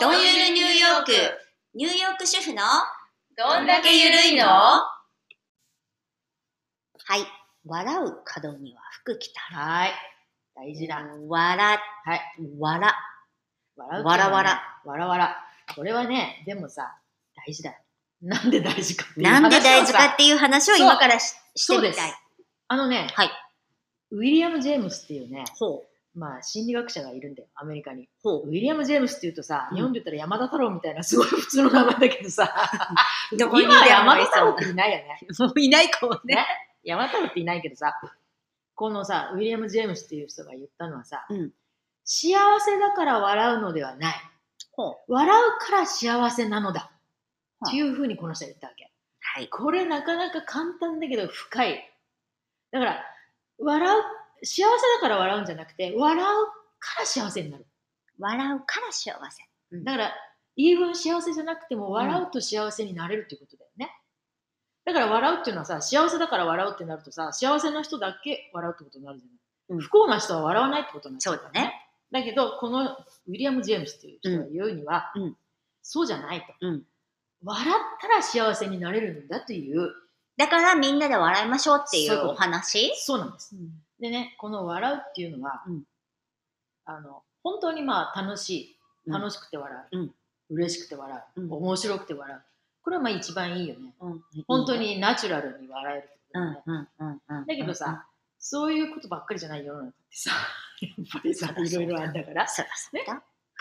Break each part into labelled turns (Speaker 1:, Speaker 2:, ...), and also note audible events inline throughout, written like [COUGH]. Speaker 1: どんゆるニューヨーク、ニューヨーク主婦の
Speaker 2: どんだけゆるいの
Speaker 1: はい、笑う角には服着たら。
Speaker 2: はい。大事だ。
Speaker 1: 笑、
Speaker 2: はい。
Speaker 1: 笑。
Speaker 2: 笑う
Speaker 1: わらわら。
Speaker 2: わらわら。これはね、でもさ、大事だよ。なんで大事かっていう話
Speaker 1: な
Speaker 2: をさ
Speaker 1: んで大事かっていう話を今からしして
Speaker 2: そう
Speaker 1: み
Speaker 2: です
Speaker 1: たい。。
Speaker 2: あのね、
Speaker 1: はい
Speaker 2: ウィリアム・ジェームスっていうね、
Speaker 1: ほ
Speaker 2: まあ心理学者がいるんだよ、アメリカに。
Speaker 1: う、ほ
Speaker 2: ウィリアム・ジェームスっていうとさ、
Speaker 1: うん
Speaker 2: 日本で言ったら山田太郎みたいなすごい普通の名前だけどさ、
Speaker 1: [LAUGHS] う。
Speaker 2: 今は山田太郎っていないよね。
Speaker 1: [LAUGHS] もういないかもね。
Speaker 2: ね山田太郎っていないけどさ、このさ、ウィリアム・ジェームスっていう人が言ったのはさ、
Speaker 1: うん
Speaker 2: 幸せだから笑うのではない。
Speaker 1: ほう。
Speaker 2: 笑うから幸せなのだ。
Speaker 1: はあ
Speaker 2: っていうふうにこの人は言ったわけ。
Speaker 1: はい。
Speaker 2: これなかなか簡単だけど深い。だから、笑う、幸せだから笑うんじゃなくて、笑うから幸せになる。
Speaker 1: 笑うから幸せ。
Speaker 2: だから、言い分幸せじゃなくても、笑うと幸せになれるっていうことだよね。だから笑うっていうのはさ、幸せだから笑うってなるとさ、幸せな人だけ笑うってことになるじゃない。
Speaker 1: うん
Speaker 2: 不幸な人は笑わないってことになっちゃ
Speaker 1: そうだね。
Speaker 2: だけど、このウィリアム・ジェームスっていう人が言うには、
Speaker 1: うんうん
Speaker 2: そうじゃないと。
Speaker 1: うん
Speaker 2: 笑ったら幸せになれるんだという、
Speaker 1: だからみんなで笑いましょうってい
Speaker 2: そういう
Speaker 1: う
Speaker 2: こと
Speaker 1: お話
Speaker 2: そうなんです。
Speaker 1: うん
Speaker 2: でね、この笑うっていうのは、
Speaker 1: うん
Speaker 2: あの本当にまあ楽し
Speaker 1: う
Speaker 2: い、
Speaker 1: ん
Speaker 2: 楽しくて笑う、
Speaker 1: うん
Speaker 2: 嬉しくて笑う、
Speaker 1: うん
Speaker 2: 面白くて笑う。これはまあ一番いいよね。
Speaker 1: うん
Speaker 2: 本当。にナチュラルに笑える、
Speaker 1: う
Speaker 2: ね
Speaker 1: んうんうんう
Speaker 2: だ
Speaker 1: ん。
Speaker 2: けど
Speaker 1: うん、
Speaker 2: さ、そういうことばっかりじゃない世の中ってさ、 [LAUGHS] やっぱりさ、
Speaker 1: そう
Speaker 2: い
Speaker 1: そう
Speaker 2: ろいろあんだから、
Speaker 1: そうだそう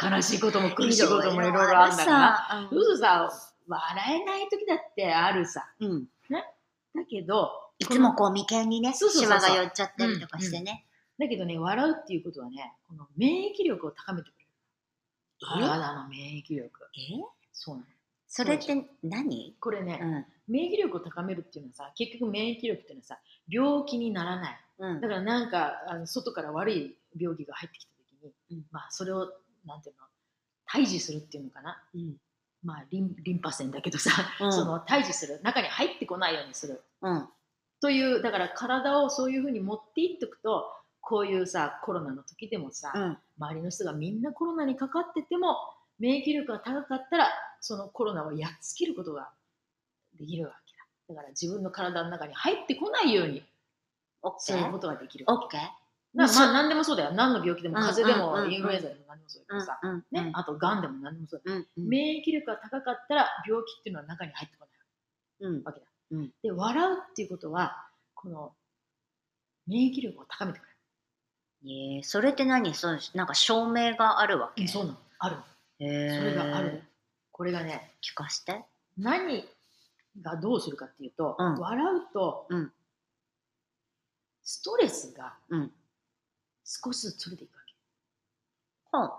Speaker 1: だ。
Speaker 2: 悲しいことも苦しいこともいろいろあんだから、
Speaker 1: さ
Speaker 2: そうするとさ、笑えない時だってあるさ。
Speaker 1: うん。
Speaker 2: だけど、
Speaker 1: いつもこう眉間にね、
Speaker 2: そうそう
Speaker 1: シ
Speaker 2: そうそう
Speaker 1: ワが寄っちゃったりとかしてね。
Speaker 2: だけどね、笑うっていうことはね、この免疫力を高めてくれる。
Speaker 1: え
Speaker 2: 体の免疫力。
Speaker 1: え
Speaker 2: そうなの。
Speaker 1: それって何
Speaker 2: これね、
Speaker 1: うん。
Speaker 2: 免疫力を高めるっていうのはさ、結局免疫力っていうのはさ、病気にならない。
Speaker 1: うん
Speaker 2: だ。からなんか、あの外から悪い病気が入ってきた時に、
Speaker 1: うん
Speaker 2: まあそれを、なんていうの、退治するっていうのかな。
Speaker 1: うん
Speaker 2: まあリンリンパ腺だけどさ、
Speaker 1: うん
Speaker 2: その退治する、中に入ってこないようにする。
Speaker 1: うん。
Speaker 2: というだから体をそういうふうに持っていっておくとこういうさコロナの時でもさ、
Speaker 1: うん。
Speaker 2: 周りの人がみんなコロナにかかってても免疫力が高かったらそのコロナをやっつけることができるわけだだから自分の体の中に入ってこないように
Speaker 1: オッケ
Speaker 2: する
Speaker 1: ー
Speaker 2: ことができる
Speaker 1: オ
Speaker 2: わ
Speaker 1: ッケー
Speaker 2: けだからまあ何でもそうだよ何の病気でも風邪で
Speaker 1: う
Speaker 2: も
Speaker 1: んうんうんうん
Speaker 2: インフルエンザでも何でもそうだけどさ、
Speaker 1: うんうん
Speaker 2: ね、あとがんでも何でもそうだ
Speaker 1: うんうん
Speaker 2: 免疫力が高かったら病気っていうのは中に入ってこない
Speaker 1: うん
Speaker 2: わけだ。
Speaker 1: うん
Speaker 2: で笑うっていうことはこの免疫力を高めてく
Speaker 1: えーそれって何そうなんか証明があるわ
Speaker 2: れ
Speaker 1: け
Speaker 2: る。そうなのあるの。
Speaker 1: そ
Speaker 2: それ
Speaker 1: れ
Speaker 2: があるの。これがね
Speaker 1: 聞かして。
Speaker 2: 何がどうするかっていうと、
Speaker 1: うん
Speaker 2: 笑うと、
Speaker 1: うん
Speaker 2: ストレスが
Speaker 1: うん
Speaker 2: 少しずつ取れていくわけ。
Speaker 1: ほう。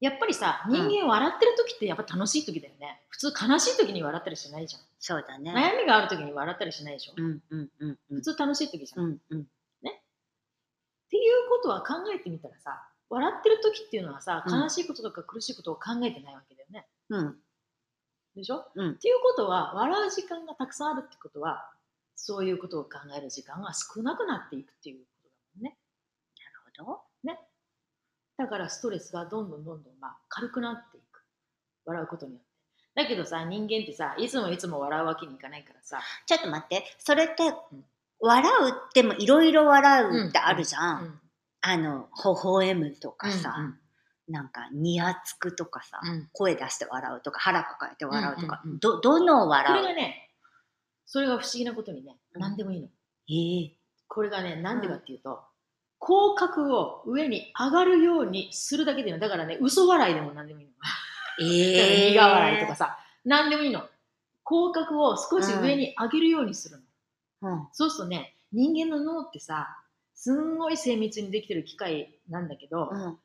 Speaker 2: やっぱりさ
Speaker 1: ん
Speaker 2: 人間笑ってる時ってやっぱ楽しい時だよね。普通悲しい時に笑ったりしないじゃ
Speaker 1: そうだ
Speaker 2: ん。
Speaker 1: ね。
Speaker 2: 悩みがある時に笑ったりしないでしょ。
Speaker 1: うんうんうんうん
Speaker 2: 普通楽しい時じゃん。
Speaker 1: うんうん
Speaker 2: っていうことは考えてみたらさ笑ってる時っていうのはさ
Speaker 1: うん
Speaker 2: 悲しいこととか苦しいことを考えてないわけだよね。
Speaker 1: うん
Speaker 2: でしょ
Speaker 1: うん
Speaker 2: っていうことは笑う時間がたくさんあるってことはそういうことを考える時間が少なくなっていくっていうことだもんね。
Speaker 1: なるほど。
Speaker 2: だからストレスがどんどんどんどん、まあ、軽くなっていく笑うことによって。だけどさ人間ってさいつもいつも笑うわけにいかないからさ
Speaker 1: ちょっと待って、それって
Speaker 2: ん
Speaker 1: 笑うってもいろいろ笑うってあるじゃん。
Speaker 2: うん
Speaker 1: あの、微笑むとかさ、
Speaker 2: うん
Speaker 1: なんかにやつくとかさ、
Speaker 2: うん
Speaker 1: 声出して笑うとか腹抱えて笑うとか、
Speaker 2: うんうんうん
Speaker 1: どどのを
Speaker 2: これ
Speaker 1: 笑う
Speaker 2: がねそれが不思議なことにね
Speaker 1: うん
Speaker 2: 何でもいいの。
Speaker 1: ええ
Speaker 2: これがね、なんでかっていうと、口角を上に上がるようにするだけでいいの。だからね、嘘笑いでも何でもいいの。
Speaker 1: ええ
Speaker 2: 苦笑いとかさ、何でもいいの。口角を少し上に上げるようにするの。
Speaker 1: うん
Speaker 2: そうするとね、人間の脳ってさ、すんごい精密にできてる機械なんだけど、
Speaker 1: う
Speaker 2: 案
Speaker 1: ん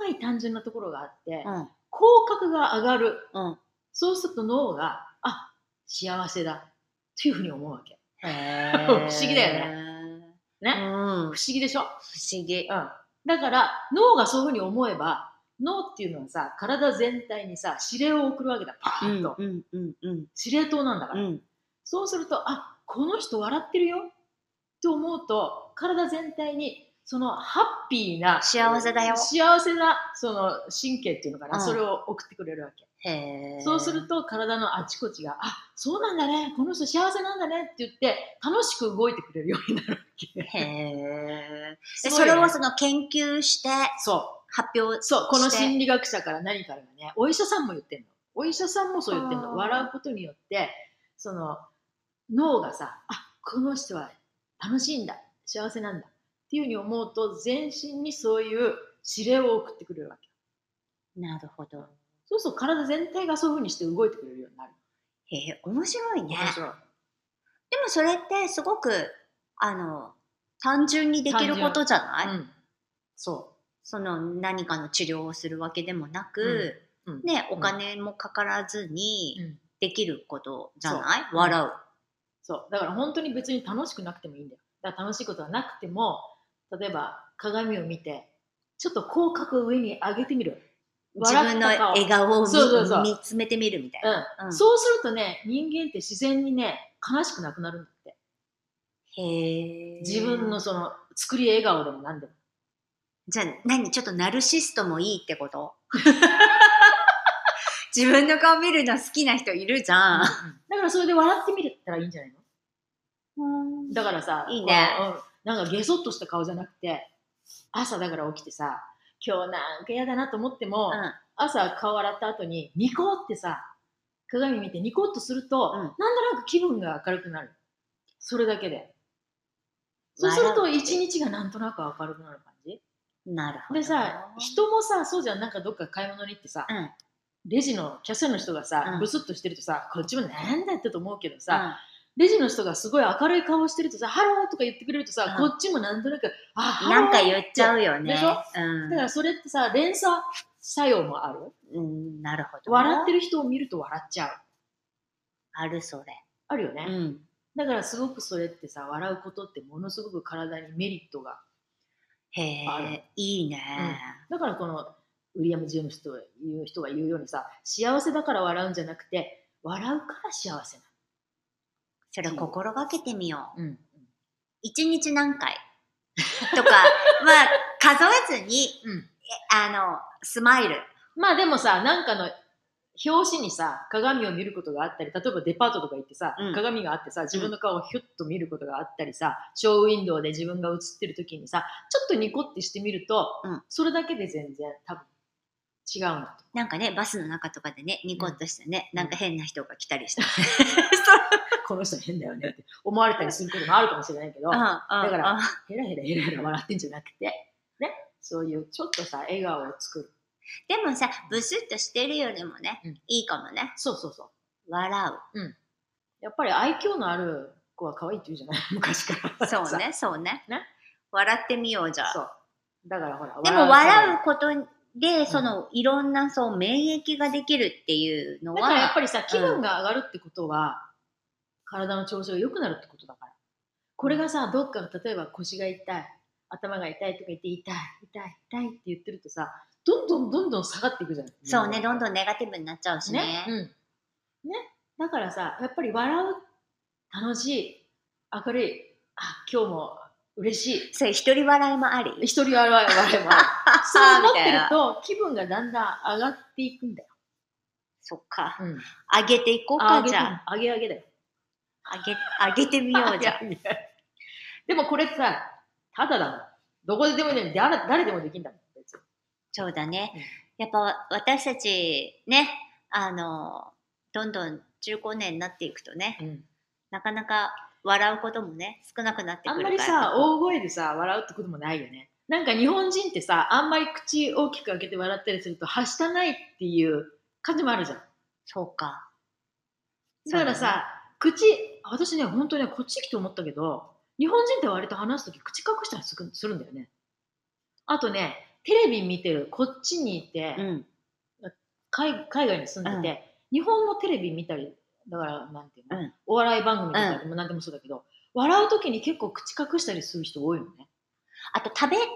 Speaker 2: 外単純なところがあって、
Speaker 1: うん
Speaker 2: 口角が上がる。
Speaker 1: うん
Speaker 2: そうすると脳が、あ、幸せだ。というふうに思うわけ。
Speaker 1: へ
Speaker 2: 不思議だよ
Speaker 1: ね
Speaker 2: ね
Speaker 1: うん、不
Speaker 2: 不思議でしょ
Speaker 1: 思議
Speaker 2: うん、だから脳がそういうふうに思えば脳っていうのはさ、体全体にさ、指令を送るわけだ。パ
Speaker 1: う
Speaker 2: ーン
Speaker 1: ん
Speaker 2: と。
Speaker 1: うんうんうん
Speaker 2: 司令塔なんだから。
Speaker 1: うん
Speaker 2: そうすると、あこの人笑ってるよって思うと、体全体にそのハッピーな
Speaker 1: 幸せだよ
Speaker 2: 幸せなその神経っていうのかな、
Speaker 1: うん
Speaker 2: それを送ってくれるわけ。
Speaker 1: へえ
Speaker 2: そうすると体のあちこちが、あそうなんだね、この人幸せなんだねって言って、楽しく動いてくれるようになるわけ。
Speaker 1: へえ
Speaker 2: す
Speaker 1: で
Speaker 2: ご
Speaker 1: そ
Speaker 2: いね
Speaker 1: れをその研究して
Speaker 2: そ
Speaker 1: 発表
Speaker 2: う、そう、この
Speaker 1: して
Speaker 2: 心理学者から何からがね、お医者さんも言ってんの。お医者さんもそう言ってん
Speaker 1: あ
Speaker 2: の。
Speaker 1: ー
Speaker 2: 笑うことによって、その脳がさ、あこの人は楽しいんだ、幸せなんだっていうふうに思うと、全身にそういう指令を送ってくれるわけ。
Speaker 1: なるほど
Speaker 2: そうすると体全体がそういうふうにして動いてくれるようになる。
Speaker 1: へえ面白いね
Speaker 2: 面白い。
Speaker 1: でもそれってすごくあの単純にできることじゃない、
Speaker 2: うん、そ
Speaker 1: その何かの治療をするわけでもなく、
Speaker 2: うんうん
Speaker 1: ね、
Speaker 2: うん
Speaker 1: お金もかからずに
Speaker 2: う、うん
Speaker 1: できることじゃない、
Speaker 2: そう
Speaker 1: 笑う。
Speaker 2: そうだから本当に別に楽しくなくてもいいんだよだから楽しいことはなくても例えば鏡を見てちょっと口角を上に上げてみる、
Speaker 1: 自分の笑顔を見
Speaker 2: そうそうそう
Speaker 1: 見つめてみるみたいな。
Speaker 2: うん
Speaker 1: うん
Speaker 2: そうするとね人間って自然にね悲しくなくなるんだって
Speaker 1: へえ。
Speaker 2: 自分のその作り笑顔でも何でも
Speaker 1: じゃあ何ちょっとナルシストもいいってこと [LAUGHS] 自分の顔見るの好きな人いるじゃん。
Speaker 2: だからそれで笑ってみれたらいいんじゃないのだ
Speaker 1: か
Speaker 2: からさ
Speaker 1: いいね
Speaker 2: こううんなんかゲソっとした顔じゃなくて朝だから起きてさ今日なんか嫌だなと思っても、
Speaker 1: うん、
Speaker 2: 朝顔洗った後にニコってさ鏡見てニコっとすると、
Speaker 1: うん
Speaker 2: なんとなく気分が明るくなるそれだけでそうすると
Speaker 1: 笑う
Speaker 2: 一日がなんとなく明るくなる感じ
Speaker 1: なるほど。
Speaker 2: でさ人もさそうじゃんなんかどっか買い物に行ってさ、
Speaker 1: うん
Speaker 2: レジのキャッシャーの人がさ、
Speaker 1: うん
Speaker 2: ブスッとしてるとさこっちもなんだってと思うけどさ、
Speaker 1: さ、
Speaker 2: レジの人がすごい明るい顔してるとさハローとか言ってくれるとさ、
Speaker 1: うん
Speaker 2: こっちもなんとなくあ
Speaker 1: うん
Speaker 2: ハロー
Speaker 1: なんか言っちゃうよね。
Speaker 2: でしょ
Speaker 1: うん
Speaker 2: だからそれってさ連鎖作用もある
Speaker 1: うん、なるほど。
Speaker 2: 笑って
Speaker 1: る。
Speaker 2: る人を見ると笑っちゃう
Speaker 1: あるそれ。
Speaker 2: あるよね、
Speaker 1: うん。
Speaker 2: だからすごくそれってさ笑うことってものすごく体にメリットが
Speaker 1: へ
Speaker 2: ある
Speaker 1: え、いいね。
Speaker 2: だからこのウィリアム・ジェームスという人が言うようにさ幸せだから笑うんじゃなくて笑うから幸せな
Speaker 1: それ心がけてみよう。
Speaker 2: の、うん
Speaker 1: 一日何回 [LAUGHS] とか、 [LAUGHS] まあ、数えずに、
Speaker 2: うん
Speaker 1: あの、スマイル。
Speaker 2: まあでもさなんかの表紙にさ鏡を見ることがあったり例えばデパートとか行ってさ、
Speaker 1: うん
Speaker 2: 鏡があってさ自分の顔をひょっと見ることがあったりさショーウィンドウで自分が映ってる時にさちょっとニコってしてみると、
Speaker 1: うん
Speaker 2: それだけで全然多分違うんだと
Speaker 1: なんかね、バスの中とかでね、ニコッとしてね、
Speaker 2: うん
Speaker 1: なんか変な人が来たりして。
Speaker 2: この人変だよねって思われたりすることもあるかもしれないけど、
Speaker 1: うんうん
Speaker 2: だから
Speaker 1: うん
Speaker 2: ヘラヘラヘラヘラ笑ってんじゃなくて、ね、そういうちょっとさ、笑顔を作る。
Speaker 1: でもさ、ブスッとしてるよりもね、
Speaker 2: うん
Speaker 1: いいかもね。
Speaker 2: そうそうそう。
Speaker 1: 笑
Speaker 2: やっぱり愛嬌のある子は可愛いって言うじゃない [LAUGHS] 昔から。
Speaker 1: う。そう。ね、そうね。
Speaker 2: ね
Speaker 1: 笑ってみようじゃあ。
Speaker 2: そう。だからほら、
Speaker 1: でも笑
Speaker 2: う。
Speaker 1: うことで、その、いろんなそう、免疫ができるっていうの
Speaker 2: だからやっ
Speaker 1: は、
Speaker 2: ぱりさ、気分が上がるってことは、体の調子が良くなるってことだから。これがさ、どっかが例えば腰が痛い、頭が痛いとか言って痛い、痛い、痛いって言ってるとさ、どんどんどんどん下がっていくじゃない
Speaker 1: そうね、どんどんネガティブになっちゃうし
Speaker 2: ね
Speaker 1: ね。
Speaker 2: うん、ねだからさやっぱり笑う楽しい明るいあ今日も嬉しい
Speaker 1: それ、一人笑いもあり。
Speaker 2: 一人笑い笑いもある
Speaker 1: [LAUGHS]
Speaker 2: そう思っ
Speaker 1: み
Speaker 2: て
Speaker 1: たい
Speaker 2: る
Speaker 1: な
Speaker 2: と気分がだんだん上がっていくんだよ、
Speaker 1: そっか。
Speaker 2: うん、
Speaker 1: 上げていこう
Speaker 2: あ
Speaker 1: か、
Speaker 2: げ
Speaker 1: じ
Speaker 2: て
Speaker 1: ゃあ。
Speaker 2: 上げ上げだよ
Speaker 1: 上げ、上げてみようじゃあ。
Speaker 2: 上げ上げでもこれさただだもんどこででもいいのに誰誰でもできんだもん別に
Speaker 1: そうだね
Speaker 2: うん。
Speaker 1: やっぱ私たちね、あの、どんどん中高年になっていくとね、なかなか笑うこともね、少なくなって
Speaker 2: あ
Speaker 1: く
Speaker 2: ん
Speaker 1: る
Speaker 2: ま
Speaker 1: から。
Speaker 2: りさ、大声でさ、笑うってこともないよね。なんか日本人ってさ、あんまり口大きく開けて笑ったりすると、はしたないっていう感じもあるじゃん。
Speaker 1: そうか。
Speaker 2: だからさ、口、私ね、本当ね、こっち来て思ったけど、日本人って割と話すとき、口隠したりするするんだよね。あとね、テレビ見てる、こっちにいて、
Speaker 1: そうだね。うん。
Speaker 2: 海海外に住んでて、日本のテレビ見たりだからなんていうの、
Speaker 1: うん
Speaker 2: お笑い番組とかでも何でもそうだけど、笑う時に結構口隠したりする人多いよね
Speaker 1: あと、食べ、食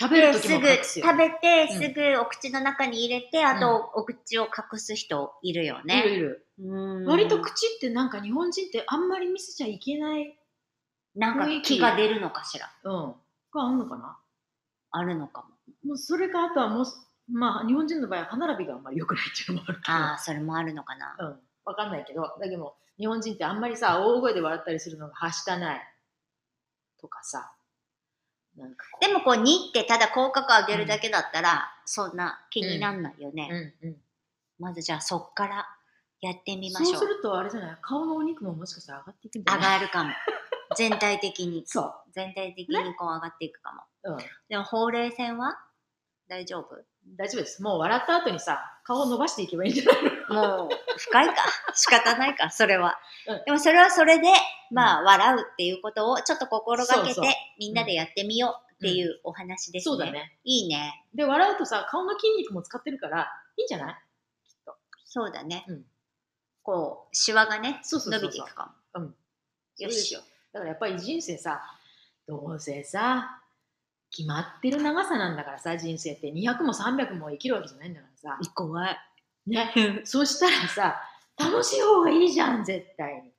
Speaker 2: 食べ
Speaker 1: で
Speaker 2: る
Speaker 1: す
Speaker 2: 時
Speaker 1: ぐ
Speaker 2: も隠すよ
Speaker 1: 食べて
Speaker 2: うん
Speaker 1: すぐお口の中に入れて、あとお口を隠す人いるよ
Speaker 2: いる
Speaker 1: ね。
Speaker 2: いる
Speaker 1: うん
Speaker 2: 割と口ってなんか日本人ってあんまり見せちゃいけない
Speaker 1: なんか
Speaker 2: 雰囲気
Speaker 1: 気が出るのかしら
Speaker 2: うんがあるのかな
Speaker 1: あるのかも。
Speaker 2: もうそれかあとはもうまあ日本人の場合は歯並びがあんまり良くないっていうのもあるけど
Speaker 1: ああそれもあるのかな。
Speaker 2: うん、わかんないけど、だけど日本人ってあんまりさ、大声で笑ったりするのがはしたないとかさ、なんかこ
Speaker 1: でもこう2ってただ口角上げるだけだったら、そんな気になんないよね
Speaker 2: う、、うんうん、
Speaker 1: まずじゃあそっからやってみまし
Speaker 2: そう
Speaker 1: ょう
Speaker 2: するとあれじゃない、顔のお肉ももしかしたら上がっていくんじゃ
Speaker 1: 上
Speaker 2: ない
Speaker 1: がる
Speaker 2: [LAUGHS]
Speaker 1: かも全体的に
Speaker 2: そう、
Speaker 1: 全体的にこう上がっていくかも、
Speaker 2: うん、
Speaker 1: でもほうれい線は大丈夫
Speaker 2: 大丈夫です。もう笑った後にさ、顔を伸ばしていけばいいんじゃないの
Speaker 1: もう深い
Speaker 2: [LAUGHS]
Speaker 1: か仕方ないかそれは、
Speaker 2: うん
Speaker 1: でもそれはそれでまあ、笑うっていうことをちょっと心がけて
Speaker 2: そうそう
Speaker 1: みんなでやってみようっていうお話ですね、
Speaker 2: そうだね。
Speaker 1: いいね
Speaker 2: で、笑うとさ、顔の筋肉も使ってるから、いいんじゃない
Speaker 1: そうだね、
Speaker 2: うん
Speaker 1: こうシワがね
Speaker 2: そうそうそうそう
Speaker 1: 伸びていくかも
Speaker 2: うん。
Speaker 1: よ
Speaker 2: そうで
Speaker 1: し
Speaker 2: すよ。だからやっぱり人生さ、どうせさ、決まってる長さなんだからさ、人生って200も300も生きるわけじゃないんだからさ。
Speaker 1: 怖い
Speaker 2: ね。
Speaker 1: [LAUGHS]
Speaker 2: そしたらさ、楽しい方がいいじゃん、絶対に。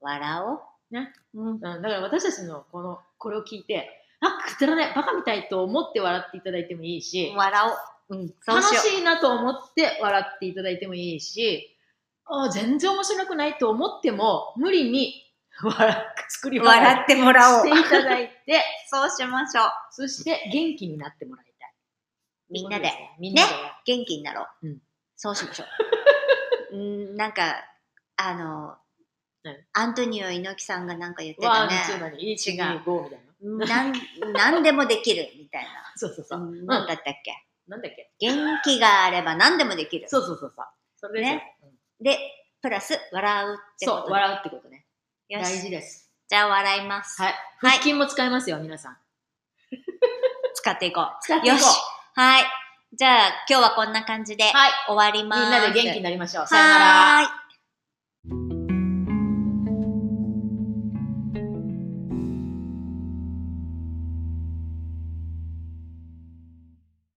Speaker 1: 笑おう。
Speaker 2: ね。
Speaker 1: うん。
Speaker 2: うん、だから私たちのこの、これを聞いて、あ、くだらない、バカみたいと思って笑っていただいてもいいし、
Speaker 1: 笑おう。うん。そう
Speaker 2: 楽
Speaker 1: しよ
Speaker 2: しいなと思って笑っていただいてもいいし、あ全然面白くないと思っても、無理に笑う、作り
Speaker 1: う。笑ってもらおう
Speaker 2: し。ていただいて、
Speaker 1: そうしましょう。
Speaker 2: そして元気になってもらいたい。
Speaker 1: みんなで。
Speaker 2: みんなで。
Speaker 1: 元気になろう。
Speaker 2: うん
Speaker 1: そうしましょ
Speaker 2: [LAUGHS]
Speaker 1: う。うん、なんか、あの
Speaker 2: うん、
Speaker 1: アントニオ猪木さんがなんか言って
Speaker 2: わ
Speaker 1: た
Speaker 2: ーみたい
Speaker 1: ね。
Speaker 2: なに、1、2、5みたいな。 [LAUGHS]
Speaker 1: なん、なんでもできるみたい
Speaker 2: そうそうそ
Speaker 1: な。
Speaker 2: う。
Speaker 1: うんなんだったっけ
Speaker 2: なんだっけ
Speaker 1: 元気があれば何でもできる。
Speaker 2: そうそうそうそう。それですよ
Speaker 1: ね
Speaker 2: うん
Speaker 1: で、プラス、笑うってこ
Speaker 2: そ
Speaker 1: と
Speaker 2: う、
Speaker 1: で。
Speaker 2: 笑うってことね。
Speaker 1: よ
Speaker 2: 大
Speaker 1: し。
Speaker 2: 事です。
Speaker 1: じゃあ笑います。
Speaker 2: はい。
Speaker 1: は
Speaker 2: 腹
Speaker 1: い
Speaker 2: 筋も使いますよ、皆さん。
Speaker 1: 使っていこう。
Speaker 2: 使っていこ
Speaker 1: よ
Speaker 2: う。
Speaker 1: し。はい。じゃあ、今日はこんな感じで
Speaker 2: はい。
Speaker 1: 終わります。
Speaker 2: みんなで元気になりましょう。さよなら。
Speaker 1: はーい。